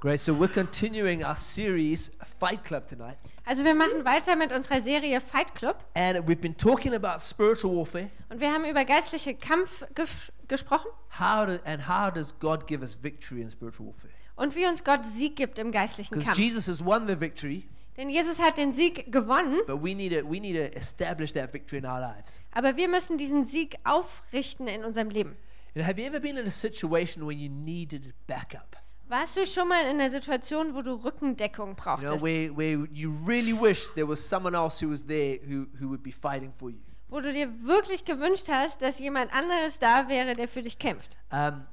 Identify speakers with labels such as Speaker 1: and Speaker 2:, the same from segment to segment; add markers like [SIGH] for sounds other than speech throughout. Speaker 1: Great. So we're continuing our series Fight Club tonight,
Speaker 2: Also wir machen weiter mit unserer Serie Fight Club
Speaker 1: and we've been talking about spiritual warfare.
Speaker 2: und wir haben über geistliche Kampf gef- gesprochen
Speaker 1: How do, and how does God give us victory in spiritual warfare?
Speaker 2: und wie uns Gott Sieg gibt im geistlichen
Speaker 1: Because
Speaker 2: Kampf.
Speaker 1: Jesus has won the victory,
Speaker 2: Denn Jesus hat den Sieg gewonnen,
Speaker 1: but we need to we need to establish that victory in our lives.
Speaker 2: aber wir müssen diesen Sieg aufrichten in unserem Leben.
Speaker 1: You know, have you ever been in a situation where you needed backup?
Speaker 2: Warst du schon mal in einer Situation, wo du Rückendeckung
Speaker 1: You know,
Speaker 2: brauchtest,
Speaker 1: where, where you really wish there was someone else who was there who, who would be fighting for you.
Speaker 2: wo du dir wirklich gewünscht hast, dass jemand anderes da wäre, der für dich kämpft?
Speaker 1: Um,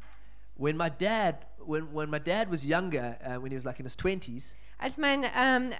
Speaker 1: when my dad when, when my dad was younger, uh, when he was like in his twenties,
Speaker 2: Als mein ähm,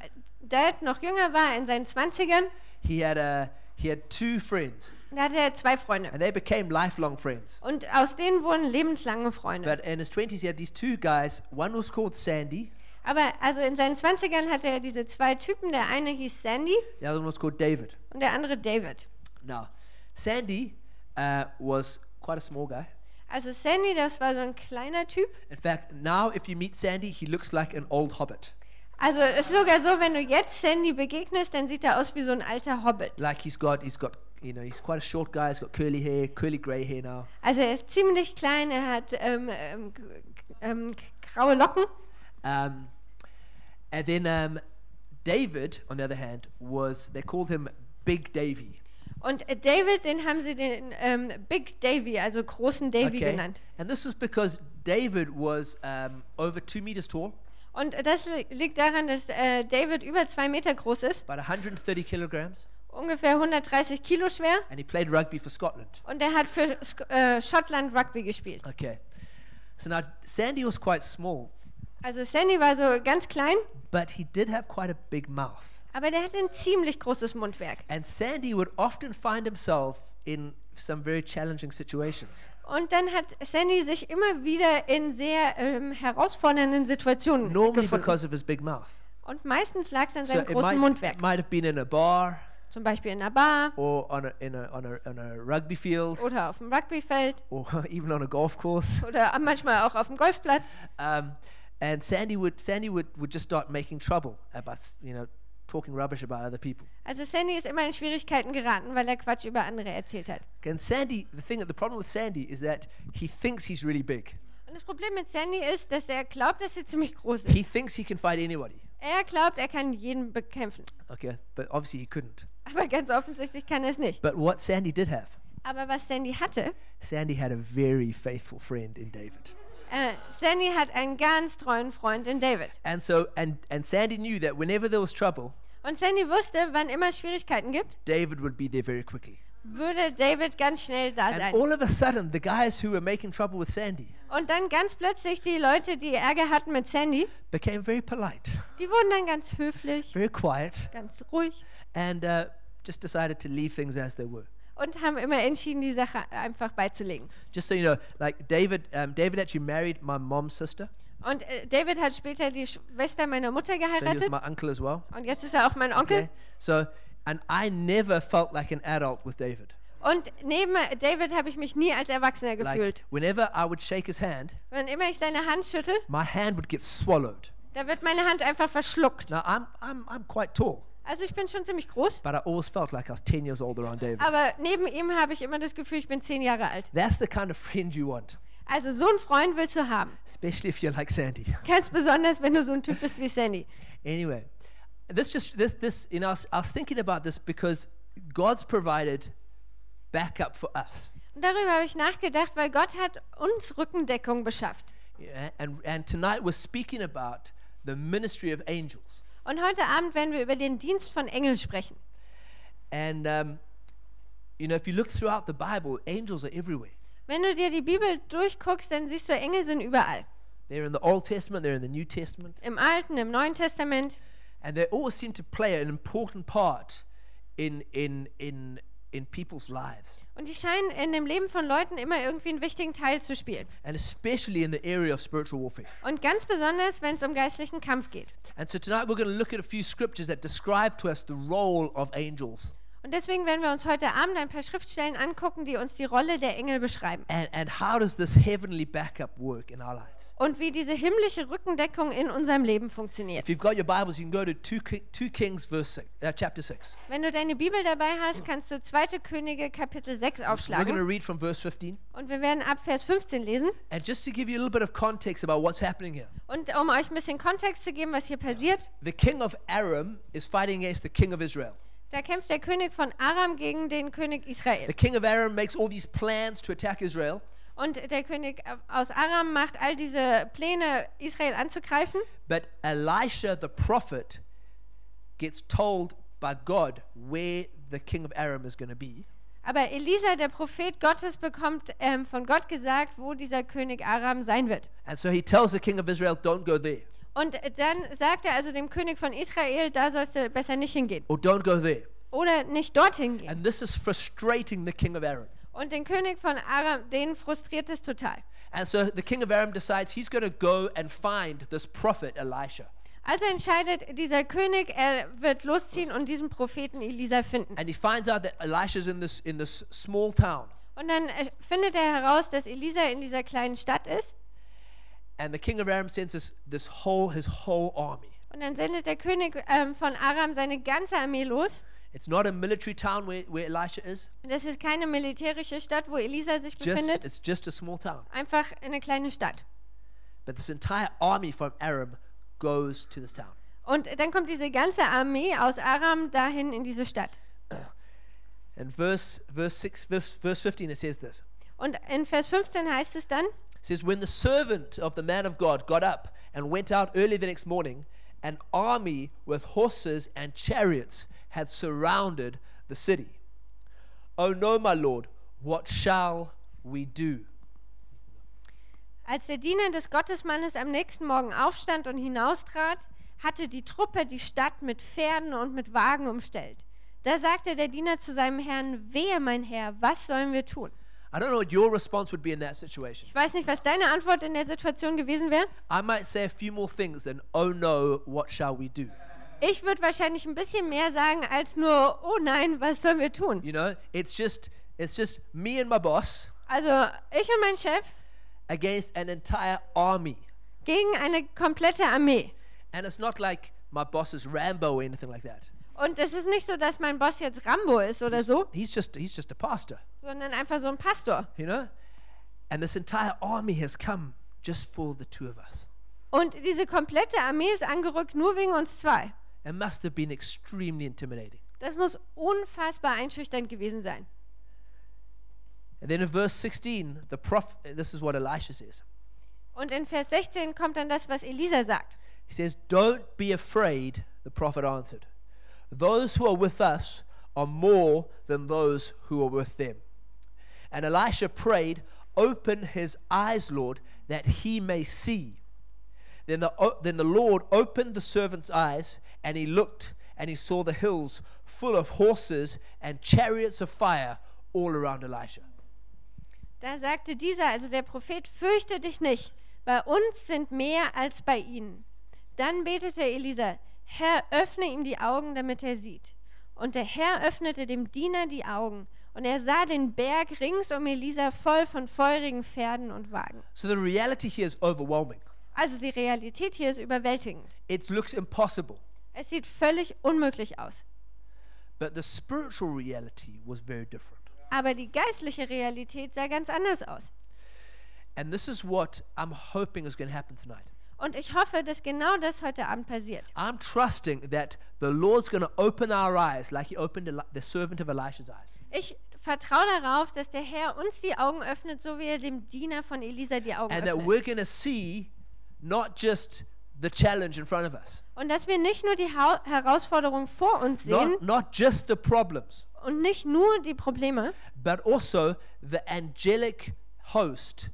Speaker 2: Dad noch jünger war, in seinen 20ern,
Speaker 1: he had a he had two friends,
Speaker 2: da hatte er zwei Freunde.
Speaker 1: and they became lifelong friends.
Speaker 2: Und aus denen wurden lebenslange Freunde.
Speaker 1: But in his twenties, he had these two guys. One was called Sandy,
Speaker 2: Aber also in seinen 20ern hatte er diese zwei Typen. Der eine hieß Sandy
Speaker 1: the other one was called David.
Speaker 2: und der andere David.
Speaker 1: Now, Sandy uh, was quite a small guy.
Speaker 2: Also Sandy, das war so ein kleiner Typ.
Speaker 1: In fact, now if you meet Sandy, he looks like an old hobbit.
Speaker 2: Also es ist sogar so, wenn du jetzt Sandy begegnest, dann sieht er aus wie so ein alter Hobbit.
Speaker 1: Like he's got he's got you know he's quite a short guy. He's got curly hair, curly grey hair now.
Speaker 2: Also er ist ziemlich klein, er hat ähm, ähm, g- g- ähm, k- graue Locken.
Speaker 1: Um, and then um, David, on the other hand, was they called him Big Davy.
Speaker 2: Und äh, David, den haben sie den ähm, Big Davy, also großen Davy genannt.
Speaker 1: And this was because David was um, over two meters tall,
Speaker 2: Und äh, das li liegt daran, dass äh, David über zwei Meter groß ist,
Speaker 1: about 130 kilograms,
Speaker 2: ungefähr 130 Kilo schwer.
Speaker 1: and he played rugby for Scotland.
Speaker 2: Und er hat für Sk äh, Schottland Rugby gespielt.
Speaker 1: Okay. So now Sandy was quite small,
Speaker 2: Also Sandy war so ganz klein,
Speaker 1: but he did have quite a big mouth.
Speaker 2: aber der hatte ein ziemlich großes Mundwerk.
Speaker 1: And Sandy would often find himself in some very challenging situations.
Speaker 2: Und dann hat Sandy sich immer wieder in sehr ähm, herausfordernden Situationen
Speaker 1: Normally
Speaker 2: gefunden.
Speaker 1: because of his big mouth.
Speaker 2: Und meistens lag es an
Speaker 1: um So
Speaker 2: seinem
Speaker 1: it
Speaker 2: großen
Speaker 1: might,
Speaker 2: Mundwerk.
Speaker 1: it might have been in a bar
Speaker 2: Zum Beispiel in einer Bar
Speaker 1: or on a, in a, on a, on a rugby field
Speaker 2: oder auf dem Rugbyfeld
Speaker 1: or [LAUGHS] even on a golf course.
Speaker 2: oder manchmal auch auf dem Golfplatz.
Speaker 1: Um, and Sandy would Sandy would, would just start making trouble about s- you know talking rubbish about other people.
Speaker 2: Also Sandy ist immer in Schwierigkeiten geraten, weil er Quatsch über andere erzählt hat.
Speaker 1: And Sandy, the thing, the problem with Sandy is that he thinks he's really big.
Speaker 2: Und das Problem mit Sandy ist, dass er glaubt, dass er ziemlich groß ist.
Speaker 1: He thinks he can fight anybody.
Speaker 2: Er glaubt, er kann jeden bekämpfen.
Speaker 1: Okay, but obviously he couldn't.
Speaker 2: Aber ganz offensichtlich kann er es nicht.
Speaker 1: But what Sandy did have,
Speaker 2: Aber was Sandy hatte,
Speaker 1: Sandy had a very faithful friend in David.
Speaker 2: äh, Sandy hat einen ganz treuen Freund in David.
Speaker 1: And so, and and Sandy knew that whenever there was trouble,
Speaker 2: Und Sandy wusste, wann immer es Schwierigkeiten gibt,
Speaker 1: David would be there very quickly.
Speaker 2: würde David ganz schnell da
Speaker 1: And
Speaker 2: sein.
Speaker 1: all of a sudden, the guys who were making trouble with Sandy
Speaker 2: Und dann ganz plötzlich die Leute, die Ärger hatten mit Sandy,
Speaker 1: became very polite, [LAUGHS]
Speaker 2: die wurden dann ganz höflich,
Speaker 1: very quiet,
Speaker 2: ganz ruhig
Speaker 1: and uh, just decided to leave things as they were.
Speaker 2: und haben immer entschieden, die Sache einfach beizulegen.
Speaker 1: Just so you know, like David, um, David actually married my mom's sister,
Speaker 2: Und äh, David hat später die Schwester meiner Mutter
Speaker 1: so he was
Speaker 2: geheiratet
Speaker 1: my uncle as well.
Speaker 2: und jetzt ist er auch mein Onkel.
Speaker 1: So, and I never felt like an adult with David.
Speaker 2: Und neben David habe ich mich nie als Erwachsener
Speaker 1: Like
Speaker 2: gefühlt.
Speaker 1: whenever I would shake his hand,
Speaker 2: Wenn immer ich seine Hand schüttel,
Speaker 1: my hand would get swallowed.
Speaker 2: da wird meine Hand einfach verschluckt.
Speaker 1: Now I'm I'm I'm quite tall,
Speaker 2: Also ich bin schon ziemlich groß,
Speaker 1: but I always felt like I was ten years older on David.
Speaker 2: aber neben ihm habe ich immer das Gefühl, ich bin zehn Jahre alt.
Speaker 1: That's the kind of friend you want,
Speaker 2: Also so einen Freund willst du haben.
Speaker 1: especially if you're like Sandy.
Speaker 2: Ganz besonders, wenn du so ein Typ bist wie Sandy.
Speaker 1: Anyway, this just this this you know I was, I was thinking about this because God's provided backup for us,
Speaker 2: Und darüber habe ich nachgedacht, weil Gott hat uns Rückendeckung beschafft.
Speaker 1: yeah? and and tonight we're speaking about the ministry of angels,
Speaker 2: Und heute Abend werden wir über den Dienst von Engeln sprechen.
Speaker 1: and um, you know if you look throughout the Bible, angels are everywhere.
Speaker 2: Wenn du dir die Bibel durchguckst, dann siehst du, Engel sind überall.
Speaker 1: They're in the Old Testament, they're in the New Testament,
Speaker 2: Im Alten, im Neuen Testament.
Speaker 1: and they all seem to play an important part in in in in people's lives,
Speaker 2: Und die scheinen in dem Leben von Leuten immer irgendwie einen wichtigen Teil zu spielen.
Speaker 1: and especially in the area of spiritual warfare.
Speaker 2: Und ganz besonders, wenn es um geistlichen Kampf geht.
Speaker 1: And so tonight we're going to look at a few scriptures that describe to us the role of angels.
Speaker 2: Und deswegen werden wir uns heute Abend ein paar Schriftstellen angucken, die uns die Rolle der Engel beschreiben
Speaker 1: and, and how does this heavenly backup work in our lives.
Speaker 2: und wie diese himmlische Rückendeckung in unserem Leben
Speaker 1: If
Speaker 2: funktioniert.
Speaker 1: you've got your Bibles, you can go to 2, Ki- 2 Kings verse six, uh, chapter 6.
Speaker 2: Wenn du deine Bibel dabei hast, kannst du 2. Könige Kapitel 6
Speaker 1: We're going to
Speaker 2: aufschlagen
Speaker 1: read from verse 15.
Speaker 2: und wir werden ab Vers 15 lesen.
Speaker 1: And just to give you a little bit of context about what's happening here,
Speaker 2: Und um euch ein bisschen Kontext zu geben, was hier passiert,
Speaker 1: the king of Aram is fighting against the king of Israel.
Speaker 2: da kämpft der König von Aram gegen den König Israel.
Speaker 1: The king of Aram makes all these plans to attack Israel,
Speaker 2: Und der König aus Aram macht all diese Pläne, Israel anzugreifen.
Speaker 1: but Elisha the prophet gets told by God where the king of Aram is going to be.
Speaker 2: Aber Elisa, der Prophet Gottes, bekommt ähm, von Gott gesagt, wo dieser König Aram sein wird.
Speaker 1: And so he tells the king of Israel, don't go there,
Speaker 2: Und dann sagt er also dem König von Israel, da sollst du besser nicht hingehen
Speaker 1: or don't go there.
Speaker 2: oder nicht dorthin gehen.
Speaker 1: And this is frustrating the king of Aram.
Speaker 2: Und den König von Aram, den frustriert es total.
Speaker 1: And so the king of Aram decides he's going to go and find this prophet Elisha.
Speaker 2: Also entscheidet dieser König, er wird losziehen und diesen Propheten Elisa finden.
Speaker 1: And he finds out that Elisha's in this, in this small town.
Speaker 2: Und dann äh, findet er heraus, dass Elisa in dieser kleinen Stadt ist.
Speaker 1: And the king of Aram sends this, this whole, his whole army.
Speaker 2: Und dann sendet der König ähm, von Aram seine ganze Armee los.
Speaker 1: It's not a military town where, where Elisha is.
Speaker 2: Das ist keine militärische Stadt, wo Elisa sich
Speaker 1: Just,
Speaker 2: befindet,
Speaker 1: it's just a small town.
Speaker 2: einfach eine kleine Stadt.
Speaker 1: But this entire army from Aram goes to this town.
Speaker 2: Und dann kommt diese ganze Armee aus Aram dahin in diese Stadt.
Speaker 1: And verse, verse, six, verse, verse 15, it says this.
Speaker 2: Und in Vers 15 heißt es dann,
Speaker 1: It says, When the servant of the man of God got up and went out early the next morning, an army with horses and chariots had surrounded the city. Oh no, my lord, what shall we do?
Speaker 2: als der Diener des Gottesmannes am nächsten Morgen aufstand und hinaustrat, hatte die Truppe die Stadt mit Pferden und mit Wagen umstellt. Da sagte der Diener zu seinem Herrn, wehe mein Herr, was sollen wir tun?
Speaker 1: I don't know what your response would be in that situation.
Speaker 2: Ich weiß nicht, was deine Antwort in der Situation gewesen wäre.
Speaker 1: I might say a few more things than, oh no, what shall we do?
Speaker 2: Ich würde wahrscheinlich ein bisschen mehr sagen als nur, oh nein, was sollen wir tun?
Speaker 1: You know, it's just, it's just me and my boss
Speaker 2: Also ich und mein Chef
Speaker 1: against an entire army.
Speaker 2: gegen eine komplette Armee.
Speaker 1: And it's not like my boss is Rambo or anything like that.
Speaker 2: Und es ist nicht so, dass mein Boss jetzt Rambo ist oder so,
Speaker 1: He's just, he's just a pastor.
Speaker 2: sondern einfach so ein Pastor.
Speaker 1: You know? And this entire army has come just for the two of us.
Speaker 2: Und diese komplette Armee ist angerückt nur wegen uns zwei.
Speaker 1: It must have been extremely intimidating.
Speaker 2: Das muss unfassbar einschüchternd gewesen sein.
Speaker 1: And then in verse 16, the prophet, this is what Elisha says.
Speaker 2: Und in Vers 16 kommt dann das, was Elisa sagt.
Speaker 1: He says, Don't be afraid, the prophet answered. Those who are with us are more than those who are with them. And Elisha prayed, Open his eyes, Lord, that he may see. Then the, o- then the Lord opened the servant's eyes, and he looked, and he saw the hills full of horses and chariots of fire all around Elisha.
Speaker 2: Da sagte dieser, also der Prophet, fürchte dich nicht, bei uns sind mehr als bei ihnen. Dann betete Elisa, Herr, öffne ihm die Augen, damit er sieht. Und der Herr öffnete dem Diener die Augen, und er sah den Berg rings um Elisa voll von feurigen Pferden und Wagen.
Speaker 1: So the reality here is overwhelming.
Speaker 2: Also die Realität hier ist überwältigend.
Speaker 1: It looks impossible,
Speaker 2: Es sieht völlig unmöglich aus.
Speaker 1: but the spiritual reality was very different.
Speaker 2: Aber die geistliche Realität sah ganz anders aus.
Speaker 1: And this is what I'm hoping is going to happen tonight.
Speaker 2: Und ich hoffe, dass genau das heute Abend passiert.
Speaker 1: I'm trusting that the Lord's going to open our eyes like he opened Eli- the servant of Elisha's eyes.
Speaker 2: Ich vertraue darauf, dass der Herr uns die Augen öffnet, so wie er dem Diener von Elisa die Augen
Speaker 1: And that
Speaker 2: öffnet.
Speaker 1: we're going to see not just the challenge in front of us,
Speaker 2: Und dass wir nicht nur die Hau- Herausforderung vor uns sehen
Speaker 1: not, not just the problems,
Speaker 2: und nicht nur die Probleme,
Speaker 1: but also the angelic host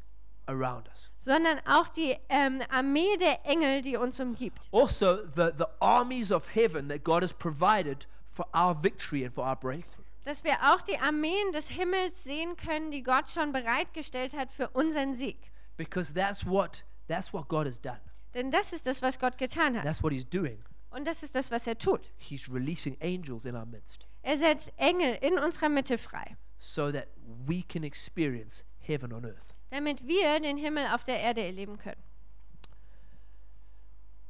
Speaker 1: around us.
Speaker 2: sondern auch die ähm, Armee der Engel, die uns umgibt.
Speaker 1: Also, the, the armies of heaven that God has provided for our victory and for our breakthrough.
Speaker 2: Dass wir auch die Armeen des Himmels sehen können, die Gott schon bereitgestellt hat für unseren Sieg.
Speaker 1: Because that's what, that's what God has done,
Speaker 2: Denn das ist das, was Gott getan hat.
Speaker 1: that's what he's doing.
Speaker 2: Und das ist das, was er tut.
Speaker 1: He's releasing angels in our midst.
Speaker 2: Er setzt Engel in unserer Mitte frei,
Speaker 1: so that we can experience heaven on earth.
Speaker 2: damit wir den Himmel auf der Erde erleben können.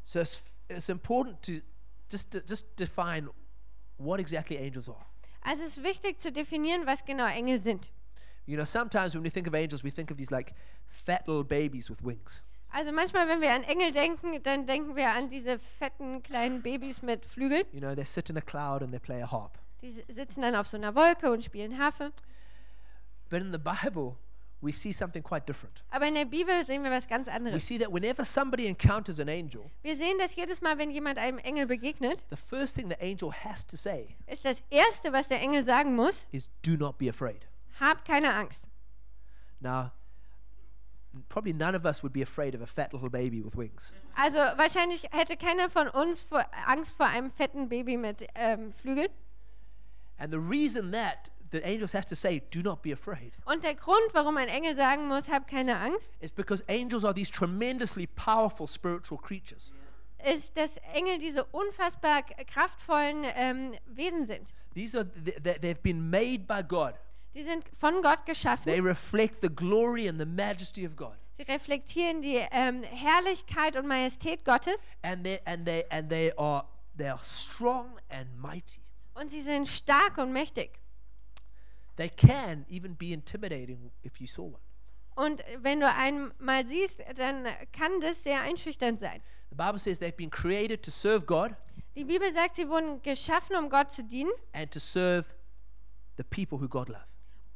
Speaker 1: So it's, it's important to just, to just define what exactly angels are.
Speaker 2: Also es ist wichtig zu definieren, was genau Engel sind.
Speaker 1: You know, sometimes when we think of angels, we think of these like fat little babies with wings.
Speaker 2: Also manchmal, wenn wir an Engel denken, dann denken wir an diese fetten kleinen Babys mit Flügeln.
Speaker 1: You know, they sit in a cloud and they play a harp.
Speaker 2: Die si- sitzen dann auf so einer Wolke und spielen Harfe.
Speaker 1: But in the Bible, we see something quite different.
Speaker 2: Aber in der Bibel sehen wir was ganz
Speaker 1: We
Speaker 2: anderes.
Speaker 1: see that whenever somebody encounters an angel,
Speaker 2: Wir sehen, dass jedes Mal, wenn jemand einem Engel begegnet,
Speaker 1: the first thing the angel has to say
Speaker 2: ist das Erste, was der Engel sagen muss,
Speaker 1: is, Do not be afraid.
Speaker 2: hab keine Angst.
Speaker 1: Now, n- probably none of us would be afraid of a fat little baby with wings.
Speaker 2: Also wahrscheinlich hätte keiner von uns vor Angst vor einem fetten Baby mit ähm, Flügeln.
Speaker 1: And the reason that the angels have to say, Do not be afraid,
Speaker 2: Und der Grund, warum ein Engel sagen muss, hab keine Angst,
Speaker 1: is because angels are these tremendously powerful spiritual creatures.
Speaker 2: ist, dass Engel diese unfassbar k- kraftvollen ähm, Wesen sind.
Speaker 1: These are, th- th- they've been made by God.
Speaker 2: Die sind von Gott geschaffen.
Speaker 1: They reflect the glory and the majesty of God.
Speaker 2: Sie reflektieren die ähm, Herrlichkeit und Majestät Gottes
Speaker 1: And they, and they, and they, are, they are strong and mighty.
Speaker 2: und sie sind stark und mächtig.
Speaker 1: They can even be intimidating if you saw one.
Speaker 2: Und wenn du einen mal siehst, dann kann das sehr einschüchternd sein.
Speaker 1: The Bible says they've been created to serve God
Speaker 2: Die Bibel sagt, sie wurden geschaffen, um Gott zu dienen
Speaker 1: and to serve the people who God loves.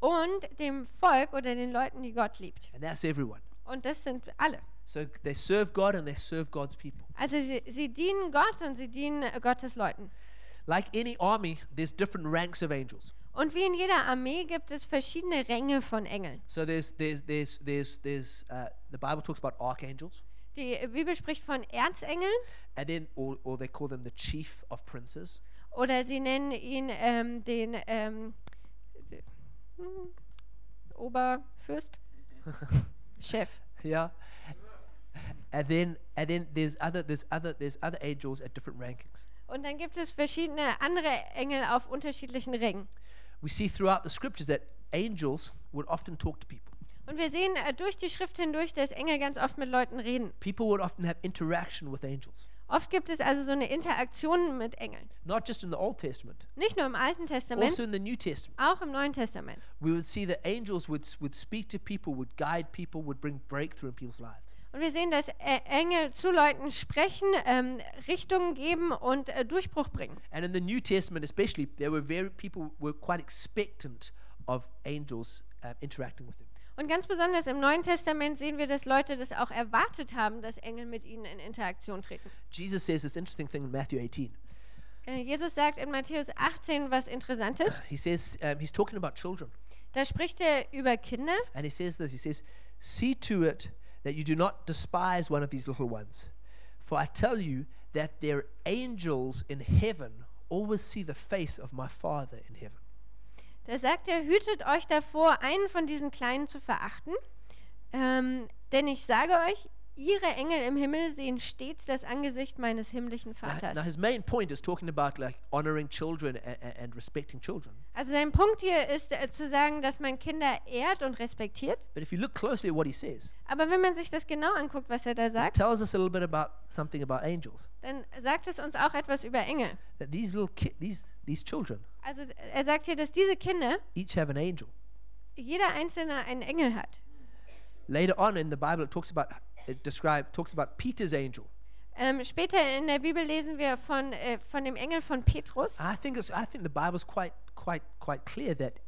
Speaker 2: und dem Volk oder den Leuten, die Gott liebt.
Speaker 1: And that's everyone.
Speaker 2: Und das sind alle.
Speaker 1: So they serve God and they serve God's people.
Speaker 2: Also sie, sie dienen Gott und sie dienen äh, Gottes Leuten.
Speaker 1: Like any army, there's different ranks of angels.
Speaker 2: Und wie in jeder Armee gibt es verschiedene Ränge von Engeln.
Speaker 1: So there's, there's, there's, there's, there's uh, the Bible talks about archangels,
Speaker 2: Die Bibel spricht von Erzengeln
Speaker 1: and then, or, or they call them the chief of princes.
Speaker 2: oder sie nennen ihn ähm, den ähm, d- hm, Oberfürst, Chef.
Speaker 1: Yeah. And then, and then there's other, there's other, there's other angels at different rankings.
Speaker 2: Und dann gibt es verschiedene andere Engel auf unterschiedlichen Rängen.
Speaker 1: We see throughout the scriptures that angels would often talk to people.
Speaker 2: Und wir sehen äh, durch die Schrift hindurch, dass Engel ganz oft mit Leuten reden.
Speaker 1: People would often have interaction with angels,
Speaker 2: Oft gibt es also so eine Interaktion mit Engeln.
Speaker 1: not just in the Old Testament,
Speaker 2: Nicht nur im Alten Testament,
Speaker 1: also in the New Testament.
Speaker 2: auch im Neuen Testament.
Speaker 1: we would see that angels would, s- would speak to people, would guide people, would bring breakthrough in people's lives.
Speaker 2: Und wir sehen, dass äh, Engel zu Leuten sprechen, ähm, Richtungen geben und äh, Durchbruch bringen.
Speaker 1: And in the New Testament, especially, there were very people were quite expectant of angels um, interacting with them.
Speaker 2: Und ganz besonders im Neuen Testament sehen wir, dass Leute das auch erwartet haben, dass Engel mit ihnen in Interaktion treten.
Speaker 1: Jesus says this interesting thing in Matthew 18.
Speaker 2: Äh, Jesus sagt in Matthäus 18 was Interessantes.
Speaker 1: He says um, he's talking about children,
Speaker 2: Da spricht er über Kinder
Speaker 1: and he says this. He says, "See to it that you do not despise one of these little ones, for I tell you that their angels in heaven always see the face of my Father in heaven."
Speaker 2: Da sagt er, hütet euch davor, einen von diesen Kleinen zu verachten. Ähm, denn ich sage euch, ihre Engel im Himmel sehen stets das Angesicht meines himmlischen
Speaker 1: Now, now
Speaker 2: Vaters.
Speaker 1: his main point is talking about like honoring children and, and respecting children.
Speaker 2: Also sein Punkt hier ist äh, zu sagen, dass man Kinder ehrt und respektiert.
Speaker 1: But if you look closely at what he says,
Speaker 2: Aber wenn man sich das genau anguckt, was er da
Speaker 1: it
Speaker 2: sagt,
Speaker 1: tells us a little bit about something about angels.
Speaker 2: dann sagt es uns auch etwas über Engel.
Speaker 1: That these little ki- these these children
Speaker 2: Also äh, er sagt hier, dass diese Kinder,
Speaker 1: each have an angel.
Speaker 2: jeder einzelne einen Engel hat.
Speaker 1: Later on in the Bible, it talks about it describe talks about Peter's angel.
Speaker 2: Ähm, später in der Bibel lesen wir von, äh, von dem Engel von Petrus.
Speaker 1: I think it's, I think the Bible's quite quite quite clear that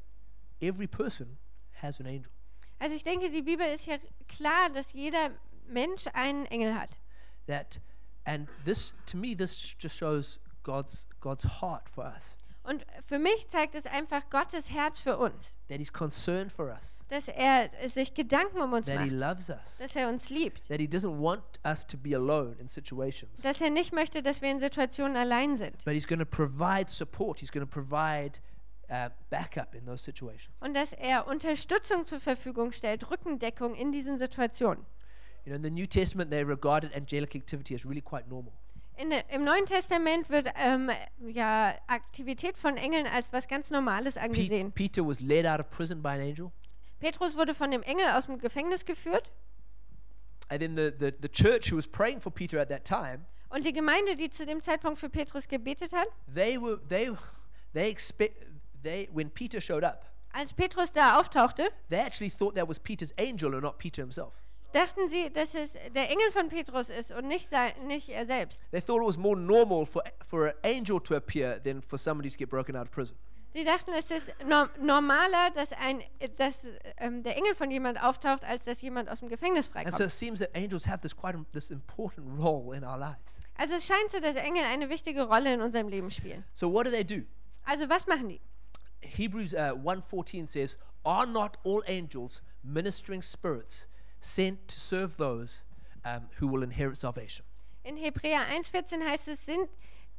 Speaker 1: every person has an angel.
Speaker 2: Also ich denke, die Bibel ist hier klar, dass jeder Mensch einen Engel hat.
Speaker 1: That and this to me this sh- just shows God's God's heart for us.
Speaker 2: Und für mich zeigt es einfach Gottes Herz für uns,
Speaker 1: That He's concerned for us.
Speaker 2: dass er sich Gedanken um uns
Speaker 1: That He
Speaker 2: macht,
Speaker 1: loves us.
Speaker 2: dass er uns liebt,
Speaker 1: that he doesn't want us to be alone in situations,
Speaker 2: dass er nicht möchte, dass wir in Situationen allein sind
Speaker 1: but he's going to provide support. He's going to provide uh, backup in those situations.
Speaker 2: und dass er Unterstützung zur Verfügung stellt, Rückendeckung in diesen Situationen.
Speaker 1: You know, in the New Testament, they regarded angelic activity as really quite normal.
Speaker 2: In, der- Im Neuen Testament wird ähm, ja, Aktivität von Engeln als was ganz Normales
Speaker 1: Pe-
Speaker 2: angesehen.
Speaker 1: Peter was led out of prison by an angel.
Speaker 2: Petrus wurde von dem Engel aus dem Gefängnis geführt
Speaker 1: And then the, the, the church who was praying for Peter at that time,
Speaker 2: und die Gemeinde, die zu dem Zeitpunkt für Petrus gebetet hat,
Speaker 1: they were they they expect they when Peter showed up,
Speaker 2: als Petrus da auftauchte,
Speaker 1: they actually thought that was Peter's angel and not Peter himself.
Speaker 2: dachten sie, dass es der Engel von Petrus ist und nicht, sei, nicht er selbst.
Speaker 1: They thought it was more normal for for an angel to appear than for somebody to get broken out of prison.
Speaker 2: Sie dachten, es ist nor- normaler, dass, ein, äh, dass äh, ähm, der Engel von jemand auftaucht, als dass jemand aus dem Gefängnis
Speaker 1: And so
Speaker 2: freikommt.
Speaker 1: it seems that angels have this quite im- this important role in our lives.
Speaker 2: Also es scheint so, dass Engel eine wichtige Rolle in unserem Leben spielen.
Speaker 1: So what do they do?
Speaker 2: Also was machen die?
Speaker 1: Hebrews uh, 1.14 says, Are not all angels ministering spirits sent to serve those um, who will inherit salvation?
Speaker 2: In Hebräer 1,14 heißt es, sind,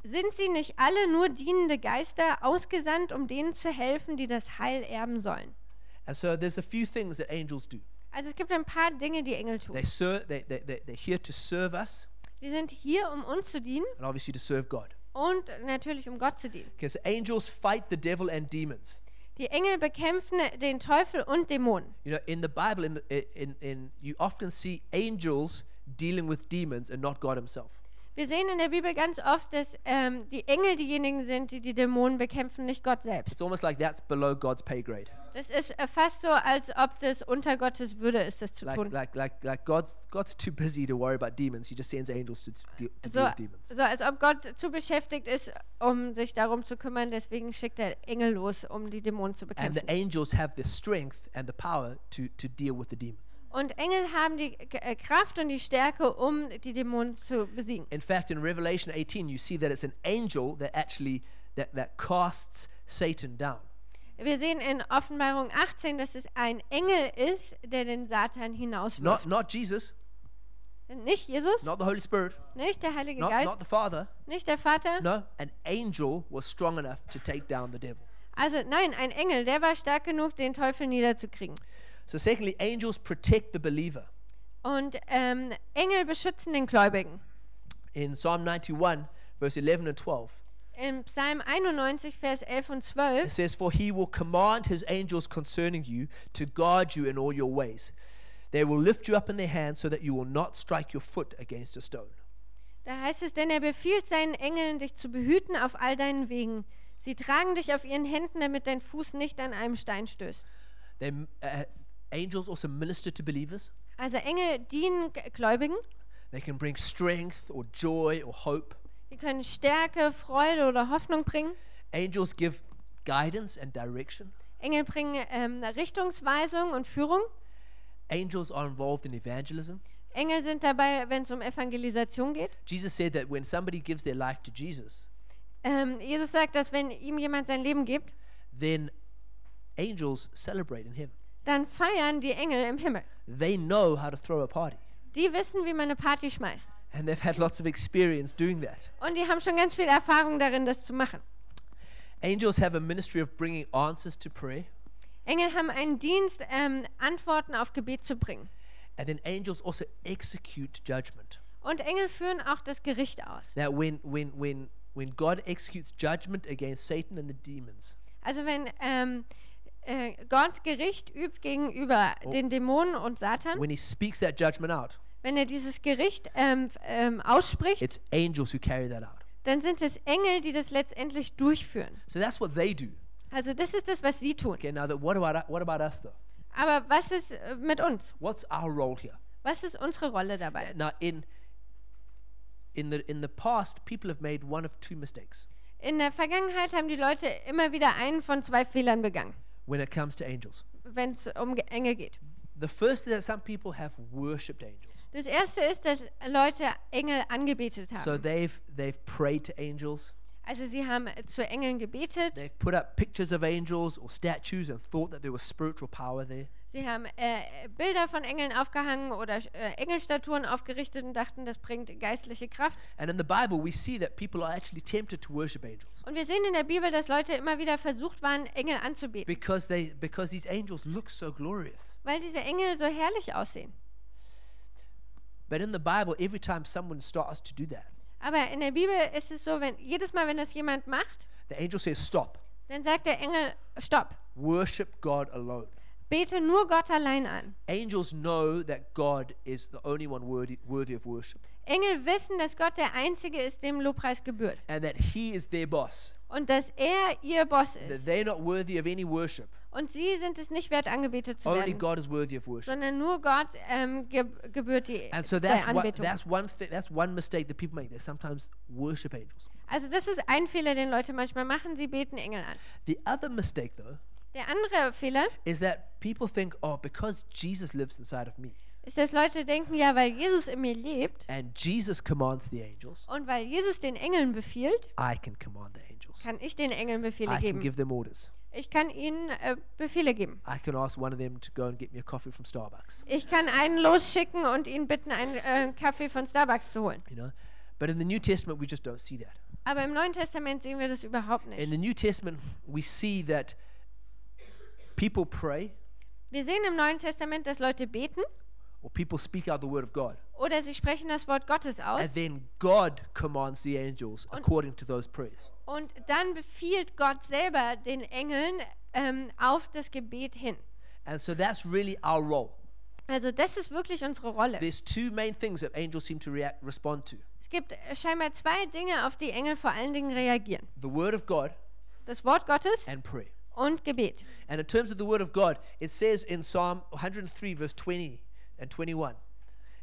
Speaker 2: sind sie nicht alle nur dienende Geister ausgesandt, um denen zu helfen, die das Heil erben sollen?
Speaker 1: And so there's a few things that angels do.
Speaker 2: Also es gibt ein paar Dinge, die Engel tun.
Speaker 1: They ser- they, they, they, they're here to serve us
Speaker 2: Die sind hier, um uns zu dienen
Speaker 1: and obviously to serve God.
Speaker 2: und natürlich, um Gott zu dienen.
Speaker 1: Because angels fight the devil and demons.
Speaker 2: Die Engel bekämpfen den Teufel und Dämonen.
Speaker 1: You know, in the Bible, in, the, in, in, you often see angels dealing with demons and not God himself.
Speaker 2: Wir sehen in der Bibel ganz oft, dass ähm, die Engel diejenigen sind, die die Dämonen bekämpfen, nicht Gott selbst.
Speaker 1: It's almost like that's below God's pay grade.
Speaker 2: Das ist äh, fast so, als ob das unter Gottes Würde ist, das zu
Speaker 1: Like,
Speaker 2: tun.
Speaker 1: like, like, like God's, God's too busy to worry about demons. He just sends angels to, to, deal, to
Speaker 2: So,
Speaker 1: deal with demons.
Speaker 2: so als ob Gott zu beschäftigt ist, um sich darum zu kümmern. Deswegen schickt er Engel los, um die Dämonen zu
Speaker 1: And
Speaker 2: bekämpfen.
Speaker 1: the angels have the strength and the power to, to deal with the demons.
Speaker 2: Und Engel haben die äh, Kraft und die Stärke, um die Dämonen zu besiegen.
Speaker 1: In fact, in Revelation 18, you see that it's an angel that actually that, that casts Satan down.
Speaker 2: Wir sehen in Offenbarung 18, dass es ein Engel ist, der den Satan
Speaker 1: Not,
Speaker 2: hinauswirft.
Speaker 1: not Jesus,
Speaker 2: Nicht Jesus,
Speaker 1: not the Holy Spirit,
Speaker 2: nicht der Heilige
Speaker 1: not,
Speaker 2: Geist,
Speaker 1: not the Father.
Speaker 2: nicht der Vater.
Speaker 1: No, an angel was strong enough to take down the devil.
Speaker 2: Also nein, ein Engel, der war stark genug, den Teufel niederzukriegen.
Speaker 1: So, secondly, angels protect the believer.
Speaker 2: Und ähm, Engel beschützen den Gläubigen.
Speaker 1: In Psalm 91, verse 11 and 12,
Speaker 2: Im Psalm 91, Vers 11 und
Speaker 1: It
Speaker 2: 12,
Speaker 1: says, For he will command his angels concerning you to guard you in all your ways. They will lift you up in their hands so that you will not strike your foot against a stone.
Speaker 2: da heißt es, denn er befiehlt seinen Engeln, dich zu behüten auf all deinen Wegen. Sie tragen dich auf ihren Händen, damit dein Fuß nicht an einem Stein stößt.
Speaker 1: They, uh, angels also minister to believers.
Speaker 2: Also Engel dienen G- Gläubigen.
Speaker 1: They can bring strength or joy or hope.
Speaker 2: Die können Stärke, Freude oder Hoffnung bringen.
Speaker 1: Angels give guidance and direction.
Speaker 2: Engel bringen ähm, Richtungsweisung und Führung.
Speaker 1: Angels are involved in evangelism.
Speaker 2: Engel sind dabei, wenn es um Evangelisation geht.
Speaker 1: Jesus said that when somebody gives their life to Jesus,
Speaker 2: Ähm, Jesus sagt, dass wenn ihm jemand sein Leben gibt,
Speaker 1: then angels celebrate in him.
Speaker 2: dann feiern die Engel im Himmel.
Speaker 1: They know how to throw a party,
Speaker 2: Die wissen, wie man eine Party schmeißt.
Speaker 1: and they've had lots of experience doing that.
Speaker 2: Und die haben schon ganz viel Erfahrung darin, das zu machen.
Speaker 1: Angels have a ministry of bringing answers to prayer,
Speaker 2: Engel haben einen Dienst, ähm, Antworten auf Gebet zu bringen.
Speaker 1: and then angels also execute judgment.
Speaker 2: Und Engel führen auch das Gericht aus.
Speaker 1: Now, when when when when God executes judgment against Satan and the demons,
Speaker 2: Also wenn ähm, äh, Gott Gericht übt gegenüber den Dämonen und Satan,
Speaker 1: when He speaks that judgment out,
Speaker 2: wenn er dieses Gericht ähm, f- ähm, ausspricht,
Speaker 1: it's angels who carry that out.
Speaker 2: dann sind es Engel, die das letztendlich durchführen.
Speaker 1: So that's what they do.
Speaker 2: Also das ist das, was sie tun.
Speaker 1: Okay. Now, that what about what about us though?
Speaker 2: Aber was ist äh, mit uns?
Speaker 1: What's our role here?
Speaker 2: Was ist unsere Rolle dabei?
Speaker 1: Now, in in the in the past, people have made one of two mistakes
Speaker 2: In der Vergangenheit haben die Leute immer wieder einen von zwei Fehlern begangen,
Speaker 1: when it comes to angels.
Speaker 2: wenn es um Ge- Engel geht.
Speaker 1: The first is that some people have worshipped angels,
Speaker 2: Das erste ist, dass Leute Engel angebetet haben.
Speaker 1: so they've they've prayed to angels.
Speaker 2: also sie haben äh, zu Engeln gebetet,
Speaker 1: They've put up pictures of angels or statues and thought that there was spiritual power there.
Speaker 2: sie haben äh, Bilder von Engeln aufgehangen oder äh, Engelstatuen aufgerichtet und dachten, das bringt geistliche Kraft.
Speaker 1: And in the Bible, we see that people are actually tempted to worship angels
Speaker 2: Und wir sehen in der Bibel, dass Leute immer wieder versucht waren, Engel anzubeten,
Speaker 1: because they because these angels look so glorious.
Speaker 2: weil diese Engel so herrlich aussehen.
Speaker 1: But in the Bible, every time someone starts to do that,
Speaker 2: Aber in der Bibel ist es so, wenn jedes Mal, wenn das jemand macht,
Speaker 1: The angel says, Stop.
Speaker 2: dann sagt der Engel, stopp,
Speaker 1: Worship God alone.
Speaker 2: bete nur Gott allein an.
Speaker 1: Angels know that God is the only one worthy, worthy of worship
Speaker 2: Engel wissen, dass Gott der Einzige ist, dem Lobpreis gebührt.
Speaker 1: and that He is their boss,
Speaker 2: Und dass er ihr Boss
Speaker 1: that
Speaker 2: ist.
Speaker 1: they're not worthy of any worship.
Speaker 2: Und sie sind es nicht wert, angebetet zu
Speaker 1: Only
Speaker 2: werden.
Speaker 1: God is worthy of worship.
Speaker 2: Sondern nur Gott ähm, geb- gebührt die
Speaker 1: And so
Speaker 2: der
Speaker 1: that's one,
Speaker 2: Anbetung.
Speaker 1: that's one thing that's one mistake that people make. They sometimes worship angels.
Speaker 2: Also das ist ein Fehler, den Leute manchmal machen. Sie beten Engel an.
Speaker 1: The other mistake though
Speaker 2: Der andere Fehler
Speaker 1: is that people think, oh, because Jesus lives inside of me
Speaker 2: ist, dass Leute denken, ja, weil Jesus in mir lebt
Speaker 1: and Jesus commands the angels,
Speaker 2: und weil Jesus den Engeln befiehlt,
Speaker 1: I can command the angels.
Speaker 2: kann ich den Engeln Befehle
Speaker 1: I can
Speaker 2: geben.
Speaker 1: give them orders.
Speaker 2: Ich kann ihnen äh, Befehle geben.
Speaker 1: I can ask one of them to go and get me a coffee from Starbucks.
Speaker 2: Ich kann einen losschicken und ihn bitten, einen äh, Kaffee von Starbucks zu holen.
Speaker 1: You know? But in the New Testament we just don't see that.
Speaker 2: Aber im Neuen Testament sehen wir das überhaupt
Speaker 1: In
Speaker 2: nicht.
Speaker 1: the New Testament we see that people pray
Speaker 2: Wir sehen im Neuen Testament, dass Leute beten
Speaker 1: or people speak out the word of God.
Speaker 2: oder sie sprechen das Wort Gottes aus
Speaker 1: And then God commands the angels according to those prayers.
Speaker 2: und dann befiehlt Gott selber den Engeln ähm, auf das Gebet hin.
Speaker 1: And so that's really our role.
Speaker 2: Also das ist wirklich unsere Rolle.
Speaker 1: There's two main things that angels seem to react, respond to
Speaker 2: Es gibt äh, scheinbar zwei Dinge, auf die Engel vor allen Dingen reagieren.
Speaker 1: the Word of God
Speaker 2: Das Wort Gottes
Speaker 1: and prayer.
Speaker 2: und Gebet.
Speaker 1: And in terms of the Word of God, it says in Psalm 103, verse 20 and 21,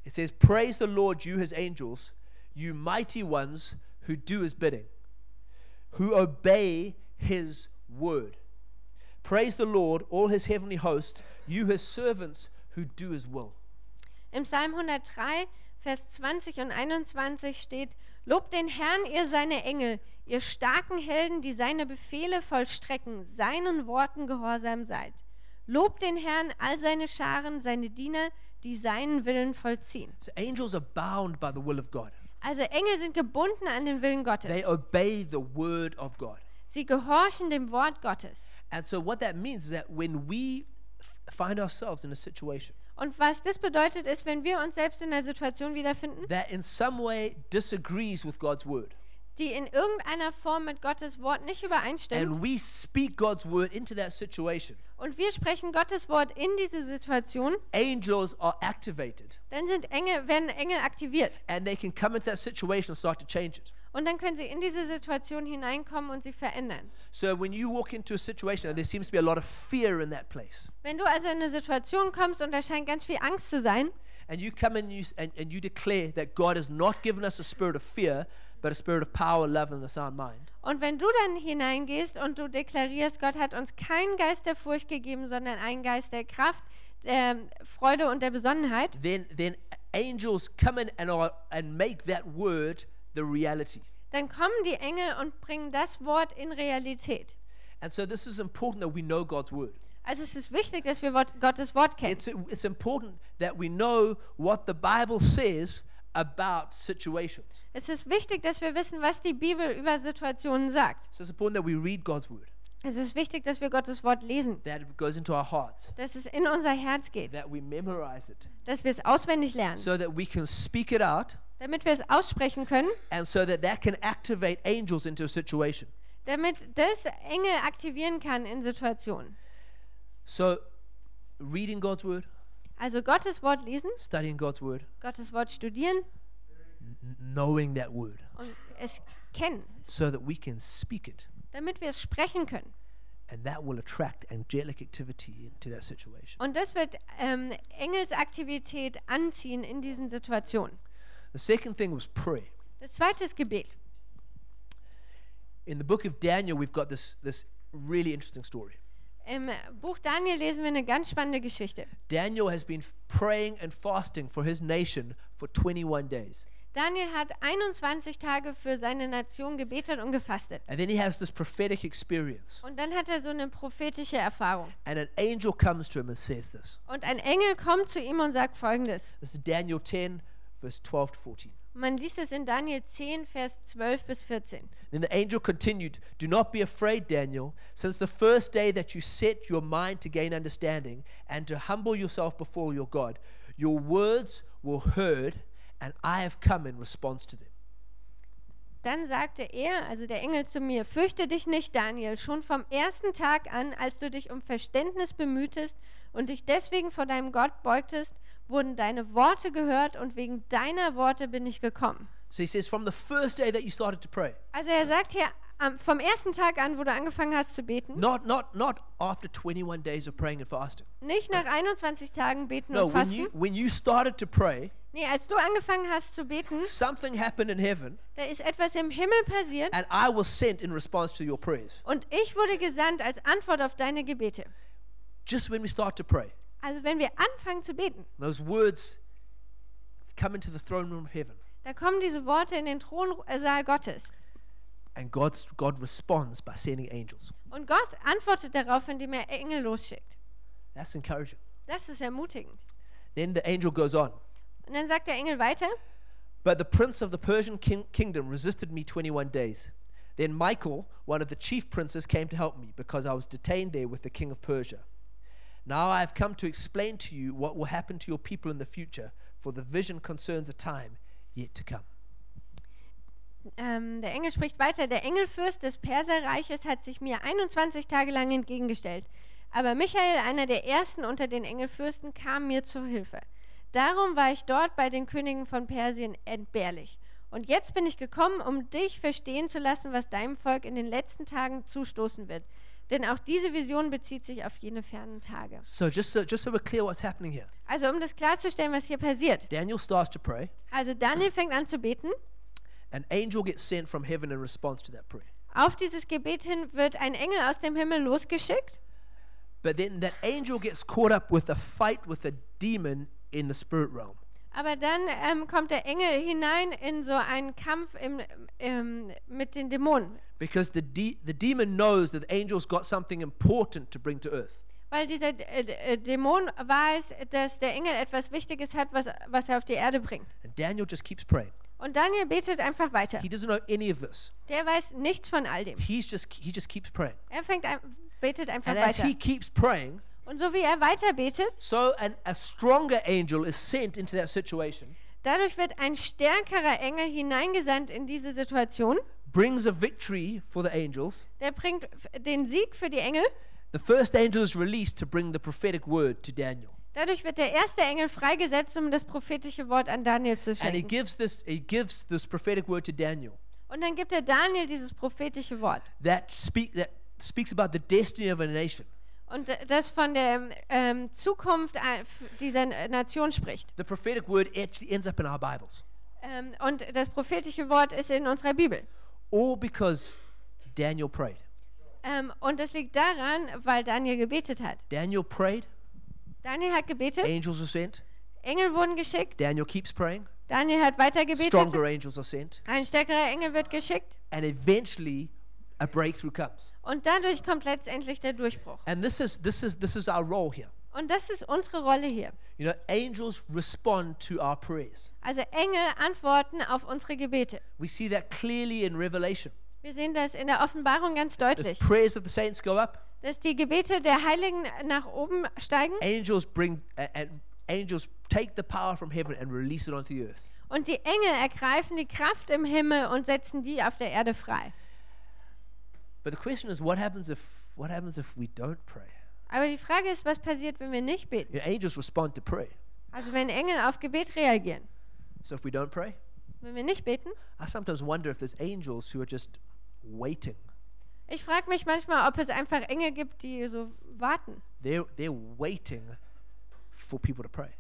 Speaker 1: it says, Praise the Lord, you his angels, you mighty ones who do his bidding, who obey his word. Praise the Lord, all his heavenly host, you his servants who do his will.
Speaker 2: Im Psalm 103, Vers 20 und 21 steht, Lobt den Herrn, ihr seine Engel, ihr starken Helden, die seine Befehle vollstrecken, seinen Worten gehorsam seid. Lobt den Herrn, all seine Scharen, seine Diener, die seinen Willen vollziehen.
Speaker 1: So angels are bound by the will of God,
Speaker 2: Also Engel sind gebunden an den Willen
Speaker 1: they
Speaker 2: Gottes.
Speaker 1: obey the word of God.
Speaker 2: Sie gehorchen dem Wort Gottes.
Speaker 1: And so what that means is that when we f- find ourselves in a situation
Speaker 2: Und was das bedeutet, ist, wenn wir uns selbst in einer Situation wiederfinden,
Speaker 1: that in some way disagrees with God's word
Speaker 2: die in irgendeiner Form mit Gottes Wort nicht übereinstimmt,
Speaker 1: and we speak God's word into that situation,
Speaker 2: und wir sprechen Gottes Wort in diese Situation,
Speaker 1: angels are activated
Speaker 2: dann sind Engel, werden Engel aktiviert.
Speaker 1: and they can come into that situation and start to change it.
Speaker 2: Und dann können sie in diese Situation hineinkommen und sie verändern.
Speaker 1: So when you walk into a situation and there seems to be a lot of fear in that place
Speaker 2: Wenn du also in eine Situation kommst und da scheint ganz viel Angst zu sein,
Speaker 1: and you come in and you, s- and, and you declare that God has not given us a spirit of fear but a spirit of power, love and a sound mind,
Speaker 2: und wenn du dann hineingehst und du deklarierst, Gott hat uns keinen Geist der Furcht gegeben, sondern einen Geist der Kraft, der ähm, Freude und der Besonnenheit,
Speaker 1: then, then angels come in and, are, and make that word the reality.
Speaker 2: dann kommen die Engel und bringen das Wort in Realität.
Speaker 1: And so this is important that we know God's word.
Speaker 2: Also es ist wichtig, dass wir Wort, Gottes Wort kennen.
Speaker 1: It's, it's important that we know what the Bible says about situations.
Speaker 2: Es ist wichtig, dass wir wissen, was die Bibel über Situationen sagt.
Speaker 1: So it's important that we read God's word,
Speaker 2: Es ist wichtig, dass wir Gottes Wort lesen,
Speaker 1: that it goes into our hearts,
Speaker 2: dass es in unser Herz geht,
Speaker 1: that we memorize it,
Speaker 2: dass wir es auswendig lernen,
Speaker 1: so that we can speak it out
Speaker 2: damit wir es aussprechen können,
Speaker 1: and so that that can activate angels into a situation.
Speaker 2: damit das Engel aktivieren kann in Situationen.
Speaker 1: So reading God's word,
Speaker 2: Also Gottes Wort lesen,
Speaker 1: studying God's word,
Speaker 2: Gottes Wort studieren
Speaker 1: n- knowing that word
Speaker 2: und es kennen,
Speaker 1: so that we can speak it.
Speaker 2: damit wir es sprechen können.
Speaker 1: And that will attract angelic activity into that situation.
Speaker 2: Und das wird ähm, Engelsaktivität anziehen in diesen Situationen.
Speaker 1: The second thing was prayer.
Speaker 2: Das zweite ist Gebet.
Speaker 1: in the book of Daniel, we've got this, this really interesting story.
Speaker 2: Im Buch Daniel lesen wir eine ganz spannende Geschichte.
Speaker 1: Daniel has been f- praying and fasting for his nation for 21 days.
Speaker 2: Daniel hat 21 Tage für seine Nation gebetet und gefastet.
Speaker 1: And then he has this prophetic experience.
Speaker 2: Und dann hat er so eine prophetische Erfahrung.
Speaker 1: And an angel comes to him and says this.
Speaker 2: Und ein Engel kommt zu ihm und sagt folgendes.
Speaker 1: This is Daniel 10, verse 12 to 14.
Speaker 2: Man liest es in Daniel 10, Vers 12 bis 14.
Speaker 1: Then the angel continued, Do not be afraid, Daniel, since the first day that you set your mind to gain understanding and to humble yourself before your God, your words were heard, and I have come in response to them.
Speaker 2: Dann sagte er, also der Engel zu mir, fürchte dich nicht, Daniel, schon vom ersten Tag an, als du dich um Verständnis bemühtest und dich deswegen vor deinem Gott beugtest, wurden deine Worte gehört und wegen deiner Worte bin ich gekommen.
Speaker 1: So he says, from the first day that you started to pray,
Speaker 2: Also er sagt hier, am- vom ersten Tag an, wo du angefangen hast zu beten,
Speaker 1: not not not after 21 days of praying and fasting.
Speaker 2: nicht nach 21 Tagen beten
Speaker 1: No,
Speaker 2: und
Speaker 1: when
Speaker 2: fasten.
Speaker 1: you when you started to pray,
Speaker 2: Nee, als du angefangen hast zu beten,
Speaker 1: something happened in heaven,
Speaker 2: da ist etwas im Himmel passiert
Speaker 1: and I was sent in response to your prayers.
Speaker 2: und ich wurde gesandt als Antwort auf deine Gebete.
Speaker 1: Just when we start to pray,
Speaker 2: Also wenn wir anfangen zu beten,
Speaker 1: those words come into the throne room of heaven,
Speaker 2: da kommen diese Worte in den Thronsaal Gottes.
Speaker 1: and God's God responds by sending angels.
Speaker 2: Und Gott antwortet darauf, indem er Engel losschickt.
Speaker 1: That's encouraging.
Speaker 2: Das ist ermutigend.
Speaker 1: Then the angel goes on.
Speaker 2: Und dann sagt der Engel weiter,
Speaker 1: But the prince of the Persian king- kingdom resisted me 21 days. Then Michael, one of the chief princes, came to help me because I was detained there with the king of Persia. Now I have come to explain to you what will happen to your people in the future, for the vision concerns a time yet to come.
Speaker 2: ähm, der Engel spricht weiter, der Engelfürst des Perserreiches hat sich mir 21 Tage lang entgegengestellt. Aber Michael, einer der ersten unter den Engelfürsten, kam mir zur Hilfe. Darum war ich dort bei den Königen von Persien entbehrlich. Und jetzt bin ich gekommen, um dich verstehen zu lassen, was deinem Volk in den letzten Tagen zustoßen wird. Denn auch diese Vision bezieht sich auf jene fernen Tage.
Speaker 1: So just so, just so we're clear what's happening here.
Speaker 2: Also um das klarzustellen, was hier passiert.
Speaker 1: Daniel starts to pray.
Speaker 2: Also Daniel fängt an zu beten.
Speaker 1: An angel gets sent from heaven in response to that prayer.
Speaker 2: Auf dieses Gebet hin wird ein Engel aus dem Himmel losgeschickt.
Speaker 1: But then that angel gets caught up with a fight with a demon in the spirit realm.
Speaker 2: Aber dann ähm, kommt der Engel hinein in so einen Kampf im, ähm, mit den Dämonen.
Speaker 1: Because the, de- the demon knows that the angel's got something important to bring to earth.
Speaker 2: Weil dieser D- äh, äh, Dämon weiß, dass der Engel etwas Wichtiges hat, was, was er auf die Erde bringt.
Speaker 1: And Daniel just keeps praying.
Speaker 2: Und Daniel betet einfach weiter.
Speaker 1: He doesn't know any of this.
Speaker 2: Der weiß nichts von all dem.
Speaker 1: He's just, he just keeps praying.
Speaker 2: Er fängt ein, betet einfach
Speaker 1: And as
Speaker 2: weiter.
Speaker 1: he keeps praying,
Speaker 2: Und so wie er weiter betet,
Speaker 1: so an, a stronger angel is sent into that situation,
Speaker 2: dadurch wird ein stärkerer Engel hineingesandt in diese Situation.
Speaker 1: brings a victory for the angels.
Speaker 2: Der bringt f- den Sieg für die Engel.
Speaker 1: The first angel is released to bring the prophetic word to Daniel.
Speaker 2: Dadurch wird der erste Engel freigesetzt, um das prophetische Wort an Daniel zu
Speaker 1: And he
Speaker 2: schenken.
Speaker 1: gives this, he gives this prophetic word to Daniel
Speaker 2: Und dann gibt er Daniel dieses prophetische Wort.
Speaker 1: that, speak, that speaks about the destiny of a nation.
Speaker 2: Und d- das von der ähm, Zukunft ein- f- dieser N- Nation spricht.
Speaker 1: The prophetic word actually ends up in our Bibles.
Speaker 2: Ähm, und das prophetische Wort ist in unserer Bibel.
Speaker 1: all because Daniel prayed.
Speaker 2: Ähm, und das liegt daran, weil Daniel gebetet hat.
Speaker 1: Daniel prayed,
Speaker 2: Daniel hat gebetet,
Speaker 1: angels were sent.
Speaker 2: Engel wurden geschickt,
Speaker 1: Daniel keeps praying,
Speaker 2: Daniel hat weiter gebetet,
Speaker 1: stronger angels are sent,
Speaker 2: ein stärkerer Engel wird geschickt
Speaker 1: and eventually a breakthrough comes.
Speaker 2: und dadurch kommt letztendlich der Durchbruch.
Speaker 1: And this is this is this is our role here.
Speaker 2: Und das ist unsere Rolle hier.
Speaker 1: You know, angels respond to our prayers.
Speaker 2: Also Engel antworten auf unsere Gebete.
Speaker 1: We see that clearly in Revelation.
Speaker 2: Wir sehen das in der Offenbarung ganz
Speaker 1: The
Speaker 2: deutlich,
Speaker 1: prayers of the saints go up.
Speaker 2: dass die Gebete der Heiligen nach oben steigen
Speaker 1: Angels bring a- and angels take the power from heaven and release it onto the earth.
Speaker 2: und die Engel ergreifen die Kraft im Himmel und setzen die auf der Erde frei.
Speaker 1: But the question is, what happens if what happens if we don't pray?
Speaker 2: Aber die Frage ist, was passiert, wenn wir nicht beten?
Speaker 1: You know, angels respond to prayer.
Speaker 2: Also wenn Engel auf Gebet reagieren.
Speaker 1: So if we don't pray,
Speaker 2: Wenn wir nicht beten?
Speaker 1: I sometimes wonder if there's angels who are just waiting.
Speaker 2: Ich frage mich manchmal, ob es einfach Engel gibt, die so warten.
Speaker 1: They're, they're waiting for people to pray.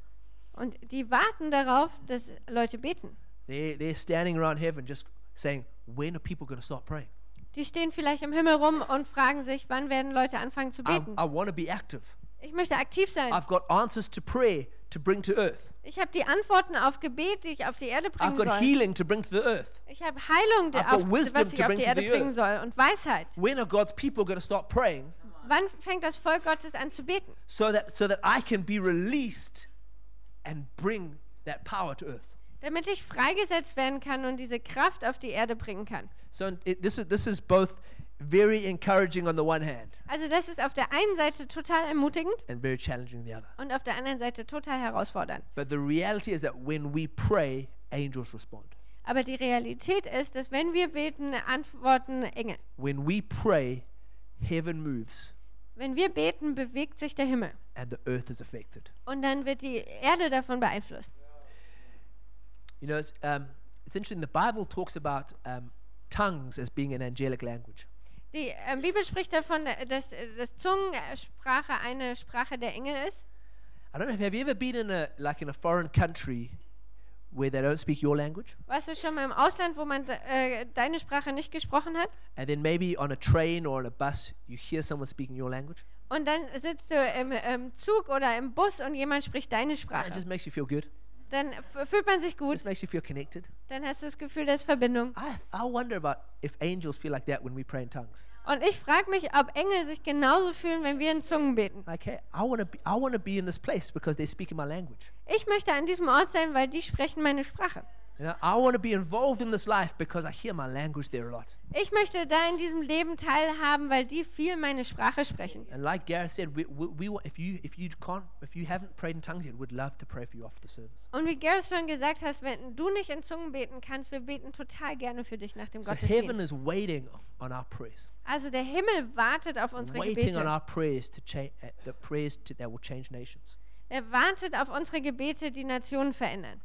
Speaker 2: Und die warten darauf, dass Leute beten.
Speaker 1: They're, they're standing around heaven just saying, when are people going to start praying?
Speaker 2: Die stehen vielleicht im Himmel rum und fragen sich, wann werden Leute anfangen zu
Speaker 1: I,
Speaker 2: beten?
Speaker 1: I want to be active.
Speaker 2: Ich möchte aktiv sein.
Speaker 1: I've got answers to prayer to bring to earth.
Speaker 2: Ich habe die Antworten auf Gebet, die ich auf die Erde
Speaker 1: I've
Speaker 2: bringen
Speaker 1: got
Speaker 2: soll.
Speaker 1: healing to bring to the earth.
Speaker 2: Ich habe Heilung, die
Speaker 1: I've got
Speaker 2: auf,
Speaker 1: wisdom
Speaker 2: was
Speaker 1: to
Speaker 2: ich auf
Speaker 1: bring
Speaker 2: die
Speaker 1: to
Speaker 2: Erde
Speaker 1: the
Speaker 2: bringen
Speaker 1: earth.
Speaker 2: soll und Weisheit.
Speaker 1: When are God's people going to start praying
Speaker 2: Wann fängt das Volk Gottes an zu beten?
Speaker 1: so that, so that I can be released and bring that power to earth?
Speaker 2: Damit ich freigesetzt werden kann und diese Kraft auf die Erde bringen kann.
Speaker 1: So it, this, is, this is both very encouraging on the one hand
Speaker 2: Also das ist auf der einen Seite total ermutigend
Speaker 1: and very challenging on the other.
Speaker 2: und auf der anderen Seite total herausfordernd.
Speaker 1: But the reality is that when we pray, angels respond.
Speaker 2: Aber die Realität ist, dass wenn wir beten, antworten Engel.
Speaker 1: When we pray, heaven moves
Speaker 2: Wenn wir beten, bewegt sich der Himmel.
Speaker 1: and the earth is affected.
Speaker 2: Und dann wird die Erde davon beeinflusst.
Speaker 1: You know, it's, um, it's interesting. The Bible talks about um, tongues as being an angelic language.
Speaker 2: Die äh, Bibel spricht davon, äh, dass, äh, dass Zungensprache eine Sprache der Engel ist.
Speaker 1: I don't know. Have you ever been in a like in a foreign country where they don't speak your language,
Speaker 2: Warst du schon mal im Ausland, wo man de- äh, deine Sprache nicht gesprochen hat?
Speaker 1: and then maybe on a train or on a bus you hear someone speaking your language?
Speaker 2: Und dann sitzt du im, im Zug oder im Bus und jemand spricht deine
Speaker 1: It
Speaker 2: Sprache.
Speaker 1: just makes you feel good.
Speaker 2: Dann f- fühlt man sich
Speaker 1: It
Speaker 2: gut.
Speaker 1: just makes you feel connected.
Speaker 2: Dann hast du das Gefühl, das ist Verbindung.
Speaker 1: I I wonder about if angels feel like that when we pray in tongues.
Speaker 2: Und ich frage mich, ob Engel sich genauso fühlen, wenn wir in Zungen beten.
Speaker 1: Like, hey, I want to be I want to be in this place because they're speaking my language.
Speaker 2: Ich möchte an diesem Ort sein, weil die sprechen meine Sprache.
Speaker 1: You know, I want to be involved in this life because I hear my language there a lot.
Speaker 2: Ich möchte da in diesem Leben teilhaben, weil die viel meine Sprache sprechen.
Speaker 1: And like Gareth said, we, we, we wa- if you if you can't if you haven't prayed in tongues yet, we'd love to pray for you after the service.
Speaker 2: Und wie Gareth schon gesagt hast, wenn du nicht in Zungen beten kannst, wir beten total gerne für dich nach dem
Speaker 1: So heaven
Speaker 2: Gottesdienst.
Speaker 1: is waiting on our prayers,
Speaker 2: Also der Himmel wartet auf unsere
Speaker 1: waiting on
Speaker 2: Gebete.
Speaker 1: our prayers to change uh, the prayers to, that will change nations.
Speaker 2: Er wartet auf unsere Gebete, die Nationen verändern.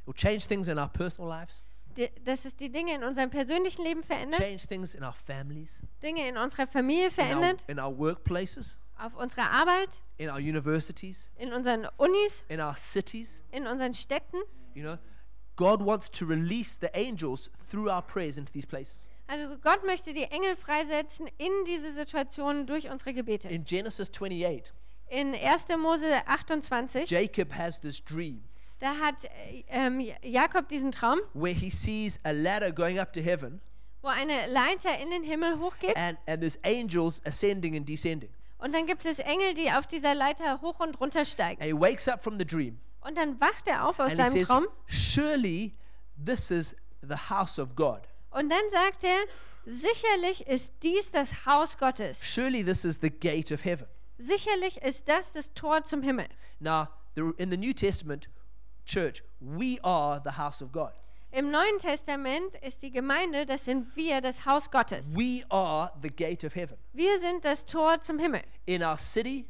Speaker 1: It will change things in our personal lives,
Speaker 2: D- Dass es die Dinge in unserem persönlichen Leben verändert,
Speaker 1: change things in our families,
Speaker 2: Dinge in unserer Familie
Speaker 1: in our,
Speaker 2: verändert,
Speaker 1: in our workplaces,
Speaker 2: auf unserer Arbeit,
Speaker 1: in our universities,
Speaker 2: in unseren Unis,
Speaker 1: in our cities.
Speaker 2: in unseren Städten.
Speaker 1: You know, God wants to release the angels through our prayers into these places.
Speaker 2: Also Gott möchte die Engel freisetzen in diese Situationen durch unsere Gebete.
Speaker 1: In Genesis 28,
Speaker 2: In 1. Mose 28,
Speaker 1: Jacob has this dream
Speaker 2: da hat äh, ähm, Jakob diesen Traum,
Speaker 1: where he sees a ladder going up to heaven
Speaker 2: wo eine Leiter in den Himmel hochgeht
Speaker 1: and, and there's angels ascending and descending.
Speaker 2: und dann gibt es Engel, die auf dieser Leiter hoch und runter steigen.
Speaker 1: And he wakes up from the dream
Speaker 2: Und dann wacht er auf aus
Speaker 1: and he
Speaker 2: seinem
Speaker 1: says,
Speaker 2: Traum
Speaker 1: Surely this is the house of God.
Speaker 2: und dann sagt er, sicherlich ist dies das Haus Gottes.
Speaker 1: Surely this is the gate of heaven.
Speaker 2: Sicherlich ist das das Tor zum Himmel.
Speaker 1: Now, the, in the New Testament church, we are the house of God.
Speaker 2: Im Neuen Testament ist die Gemeinde, das sind wir, das Haus Gottes.
Speaker 1: We are the gate of heaven
Speaker 2: Wir sind das Tor zum Himmel.
Speaker 1: in our city,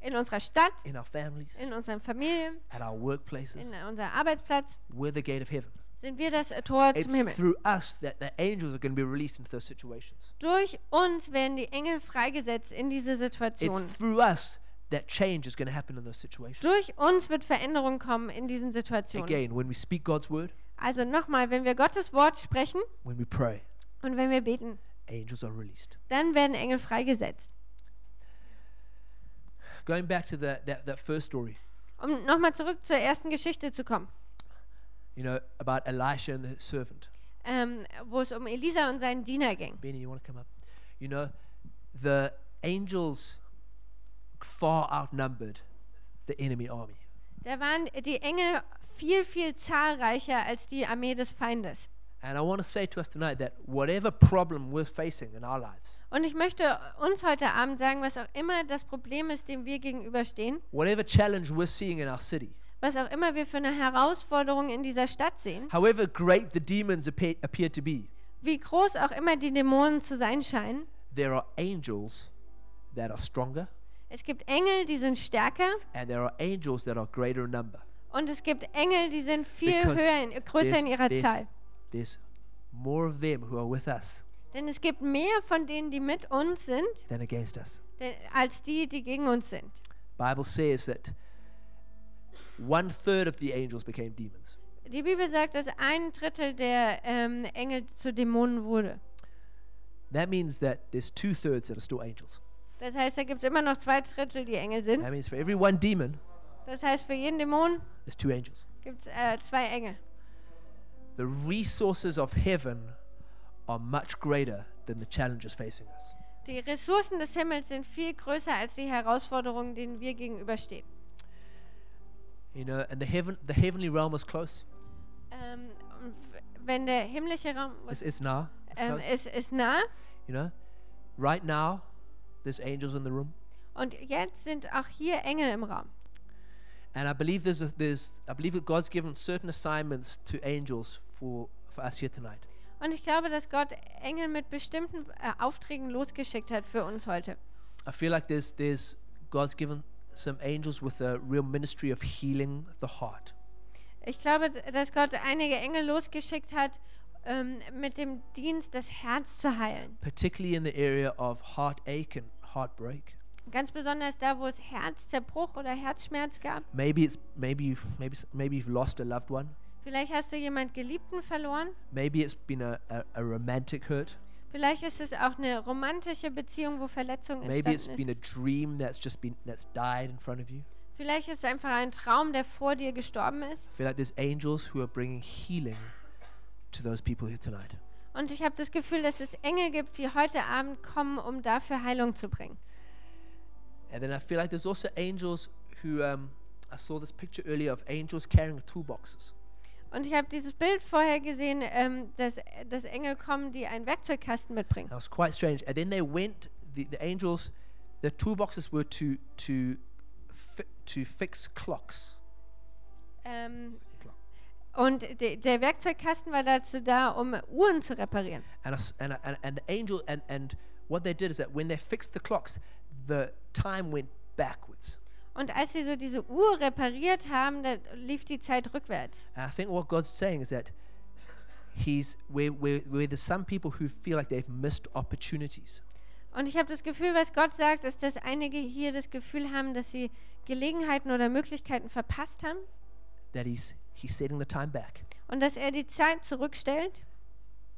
Speaker 2: In unserer Stadt,
Speaker 1: in our families,
Speaker 2: in unseren Familien,
Speaker 1: at our workplaces.
Speaker 2: in unserem Arbeitsplatz
Speaker 1: We're the gate of heaven.
Speaker 2: sind wir das Tor
Speaker 1: It's
Speaker 2: zum Himmel.
Speaker 1: through us that the angels are going to be released into those situations.
Speaker 2: Durch uns werden die Engel freigesetzt in diese
Speaker 1: It's
Speaker 2: Situationen.
Speaker 1: through us that change is going to happen in those situations.
Speaker 2: Durch uns wird Veränderung kommen in diesen Situationen.
Speaker 1: Again, when we speak God's word,
Speaker 2: Also nochmal, wenn wir Gottes Wort sprechen
Speaker 1: when we pray,
Speaker 2: und wenn wir beten,
Speaker 1: angels are released.
Speaker 2: dann werden Engel freigesetzt.
Speaker 1: Going back to the, that, that first story,
Speaker 2: Um nochmal zurück zur ersten Geschichte zu kommen,
Speaker 1: you know, about Elisha and the servant.
Speaker 2: ähm, wo es um Elisa und seinen Diener ging.
Speaker 1: Benny, you want to come up? You know, the angels far outnumbered the enemy army.
Speaker 2: Da waren die Engel viel, viel zahlreicher als die Armee des Feindes.
Speaker 1: And I want to say to us tonight that whatever problem we're facing in our lives,
Speaker 2: Und ich möchte uns heute Abend sagen, was auch immer das Problem ist, dem wir gegenüberstehen,
Speaker 1: whatever challenge we're seeing in our city,
Speaker 2: was auch immer wir für eine Herausforderung in dieser Stadt sehen,
Speaker 1: however great the demons appear, appear to be,
Speaker 2: wie groß auch immer die Dämonen zu sein scheinen,
Speaker 1: there are angels that are stronger
Speaker 2: es gibt Engel, die sind stärker
Speaker 1: and there are angels that are greater in number.
Speaker 2: und es gibt Engel, die sind viel
Speaker 1: Because
Speaker 2: höher, in, größer in ihrer
Speaker 1: there's,
Speaker 2: Zahl.
Speaker 1: there's more of them who are with us
Speaker 2: Denn es gibt mehr von denen, die mit uns sind,
Speaker 1: than against us.
Speaker 2: de- als die, die gegen uns sind.
Speaker 1: Bible says that one third of the angels became demons.
Speaker 2: Die Bibel sagt, dass ein Drittel der ähm, Engel zu Dämonen wurde.
Speaker 1: That means that there's two thirds that are still angels.
Speaker 2: Das heißt, da gibt es immer noch zwei Drittel, die Engel sind.
Speaker 1: That means for every one demon,
Speaker 2: Das heißt, für jeden Dämon
Speaker 1: there's two angels.
Speaker 2: gibt es äh, zwei Engel.
Speaker 1: The resources of heaven are much greater than the challenges facing us.
Speaker 2: Die Ressourcen des Himmels sind viel größer als die Herausforderungen, denen wir gegenüberstehen.
Speaker 1: You know, and the heaven, the heavenly realm is close.
Speaker 2: Ähm, und w- wenn der himmlische Raum
Speaker 1: It's, it's now. It's
Speaker 2: ähm,
Speaker 1: close.
Speaker 2: ist, ist nah
Speaker 1: You know, right now, there's angels in the room,
Speaker 2: und jetzt sind auch hier Engel im Raum.
Speaker 1: And I believe there's, a, there's I believe that God's given certain assignments to angels for, for us here tonight.
Speaker 2: Und ich glaube, dass Gott Engel mit bestimmten äh, Aufträgen losgeschickt hat für uns heute.
Speaker 1: I feel like there's there's God's given some angels with a real ministry of healing the heart.
Speaker 2: Ich glaube, d- dass Gott einige Engel losgeschickt hat ähm, mit dem Dienst, das Herz zu heilen.
Speaker 1: particularly in the area of heartache and heartbreak.
Speaker 2: Ganz besonders da, wo es Herzzerbruch oder Herzschmerz gab.
Speaker 1: Maybe it's maybe you've, maybe s- maybe you've lost a loved one.
Speaker 2: Vielleicht hast du jemand Geliebten verloren.
Speaker 1: Maybe it's been a, a, a romantic hurt.
Speaker 2: Vielleicht ist es auch eine romantische Beziehung, wo Verletzung
Speaker 1: Maybe it's
Speaker 2: entstanden
Speaker 1: been
Speaker 2: ist.
Speaker 1: a dream that's just been that's died in front of you.
Speaker 2: Vielleicht ist es einfach ein Traum, der vor dir gestorben ist.
Speaker 1: I feel like there's angels who are bringing healing to those people here tonight.
Speaker 2: Und ich habe das Gefühl, dass es Engel gibt, die heute Abend kommen, um dafür Heilung zu bringen.
Speaker 1: And then I feel like there's also angels who um, I saw this picture earlier of angels carrying toolboxes.
Speaker 2: Und ich habe dieses Bild vorher gesehen, ähm, dass, dass Engel kommen, die einen Werkzeugkasten mitbringen.
Speaker 1: That was quite strange. And then they went. The, the angels, their toolboxes were to to fi- to fix clocks.
Speaker 2: Ähm, und de, der Werkzeugkasten war dazu da, um Uhren zu reparieren.
Speaker 1: And, us, and, and and the angel and and what they did is that when they fixed the clocks, the time went backwards.
Speaker 2: Und als sie so diese Uhr repariert haben, da lief die Zeit rückwärts.
Speaker 1: And I think what God's saying is that He's where where where there's some people who feel like they've missed opportunities.
Speaker 2: Und ich habe das Gefühl, was Gott sagt, ist, dass einige hier das Gefühl haben, dass sie Gelegenheiten oder Möglichkeiten verpasst haben
Speaker 1: That He's He's setting the time back,
Speaker 2: und dass er die Zeit zurückstellt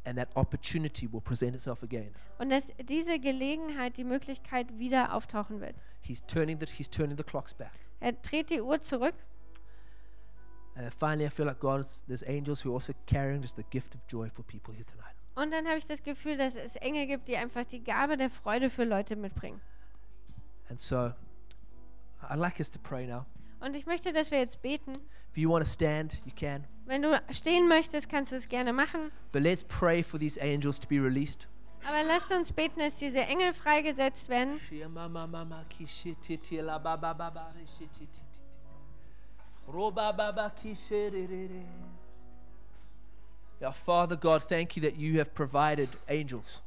Speaker 1: and that opportunity will present itself again.
Speaker 2: und dass diese Gelegenheit, die Möglichkeit wieder auftauchen wird.
Speaker 1: He's turning the He's turning the clocks back.
Speaker 2: Er dreht die Uhr zurück
Speaker 1: And then finally, I feel like God's there's angels who are also carrying just the gift of joy for people here tonight.
Speaker 2: und dann habe ich das Gefühl, dass es Engel gibt, die einfach die Gabe der Freude für Leute mitbringen.
Speaker 1: And so, I'd like us to pray now.
Speaker 2: Und ich möchte, dass wir jetzt beten.
Speaker 1: If you want to stand, you can.
Speaker 2: Wenn du stehen möchtest, kannst du es gerne machen.
Speaker 1: But let's pray for these angels to be released.
Speaker 2: Aber lasst uns beten, dass diese Engel freigesetzt werden.
Speaker 1: Yeah, Father God, thank you that you have provided angels.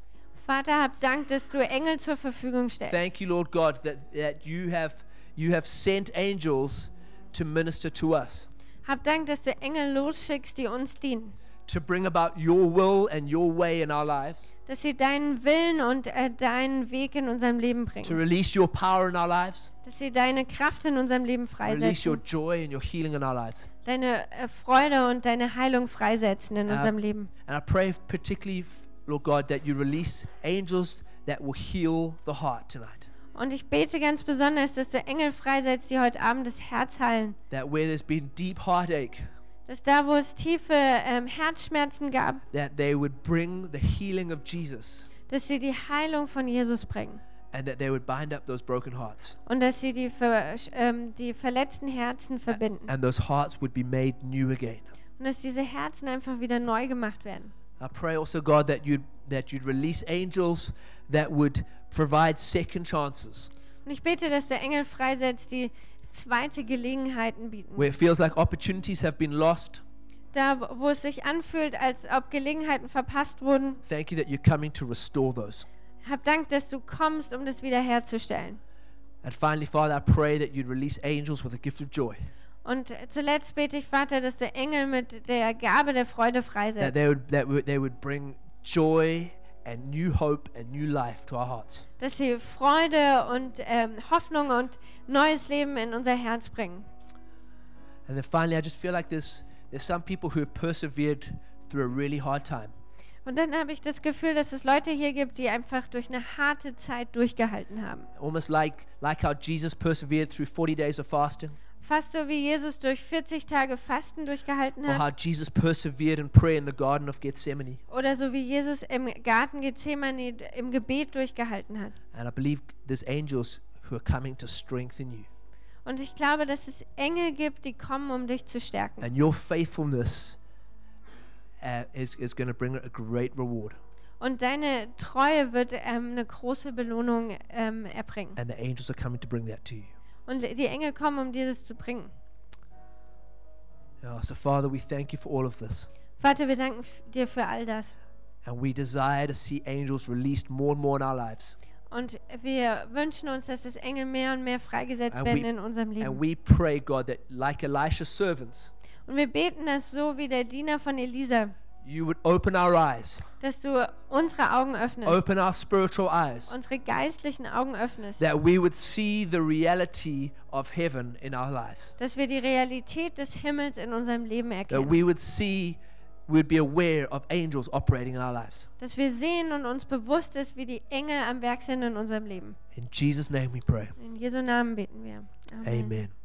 Speaker 2: Vater, hab Dank, dass du Engel zur Verfügung stellst.
Speaker 1: Thank you, Lord God, that, that you have you have sent angels to minister to us.
Speaker 2: Hab Dank, dass du Engel losschickst, die uns dienen.
Speaker 1: to bring about your will and your way in our lives,
Speaker 2: Dass sie deinen Willen und äh, deinen Weg in unserem Leben
Speaker 1: to
Speaker 2: bringen.
Speaker 1: release your power in our lives,
Speaker 2: Dass sie deine Kraft in unserem Leben
Speaker 1: release your
Speaker 2: freisetzen.
Speaker 1: joy and your healing in our lives.
Speaker 2: Deine äh, Freude und deine Heilung freisetzen in
Speaker 1: Ja.
Speaker 2: unserem Leben.
Speaker 1: And I pray particularly, Lord God, that you release angels that will heal the heart tonight.
Speaker 2: Und ich bete ganz besonders, dass du Engel freisetzt, die heute Abend das Herz heilen.
Speaker 1: That where there's been deep heartache,
Speaker 2: Dass da, wo es tiefe ähm, Herzschmerzen gab,
Speaker 1: that they would bring the healing of Jesus
Speaker 2: dass sie die Heilung von Jesus bringen.
Speaker 1: and that they would bind up those broken hearts
Speaker 2: Und dass sie die, ver ähm, die verletzten Herzen verbinden.
Speaker 1: and those hearts would be made new again.
Speaker 2: Und dass diese Herzen einfach wieder neu gemacht werden.
Speaker 1: I pray also, God, that you'd, that you'd release angels that would provide second chances.
Speaker 2: Und ich bete, dass du Engel freisetzt, die zweite Gelegenheiten bieten.
Speaker 1: where it feels like opportunities have been lost.
Speaker 2: Da, wo- wo es sich anfühlt, als ob Gelegenheiten verpasst wurden,
Speaker 1: Thank you that you're coming to restore those.
Speaker 2: hab Dank, dass du kommst, um das wiederherzustellen.
Speaker 1: And finally, Father, I pray that you'd release angels with a gift of joy,
Speaker 2: Und zuletzt bete ich, Vater, dass du Engel mit der Gabe der Freude
Speaker 1: that
Speaker 2: freisetzt,
Speaker 1: they would that would, they would bring joy and new hope and new life to our hearts.
Speaker 2: dass sie Freude und ähm, Hoffnung und neues Leben in unser Herz bringen.
Speaker 1: And then finally, I just feel like there's there's some people who have persevered through a really hard time,
Speaker 2: Und dann habe ich das Gefühl, dass es Leute hier gibt, die einfach durch eine harte Zeit durchgehalten haben.
Speaker 1: almost like like how Jesus persevered through 40 days of fasting,
Speaker 2: Fast so wie Jesus durch 40 Tage Fasten durchgehalten
Speaker 1: or
Speaker 2: hat.
Speaker 1: how Jesus persevered in prayer in the Garden of Gethsemane.
Speaker 2: Oder so wie Jesus im Garten Gethsemane d- im Gebet durchgehalten hat.
Speaker 1: And I believe there's angels who are coming to strengthen you.
Speaker 2: Und ich glaube, dass es Engel gibt, die kommen, um dich zu stärken.
Speaker 1: and your faithfulness uh, is, is going to bring a great reward.
Speaker 2: Und deine Treue wird ähm, eine große Belohnung ähm, erbringen.
Speaker 1: And the angels are coming to bring that to you.
Speaker 2: Und die Engel kommen, um dir das zu bringen.
Speaker 1: Yeah, Oh, so, Father, we thank you for all of this.
Speaker 2: Vater, wir danken f- dir für all das.
Speaker 1: And we desire to see angels released more and more in our lives.
Speaker 2: Und wir wünschen uns, dass das Engel mehr und mehr freigesetzt
Speaker 1: And
Speaker 2: werden
Speaker 1: we-
Speaker 2: in unserem
Speaker 1: And
Speaker 2: Leben.
Speaker 1: we pray, God, that like Elisha's servants,
Speaker 2: Und wir beten das so wie der Diener von Elisa,
Speaker 1: you would open our eyes,
Speaker 2: dass du unsere Augen öffnest,
Speaker 1: open our spiritual eyes,
Speaker 2: unsere geistlichen Augen öffnest,
Speaker 1: that we would see the reality of heaven in our lives.
Speaker 2: dass wir die Realität des Himmels in unserem Leben
Speaker 1: That
Speaker 2: erkennen,
Speaker 1: we would see, we'd be aware of angels operating in our lives.
Speaker 2: dass wir sehen und uns bewusst ist, wie die Engel am Werk sind in unserem Leben.
Speaker 1: In Jesus' name we pray.
Speaker 2: In Jesu Namen beten wir.
Speaker 1: Amen.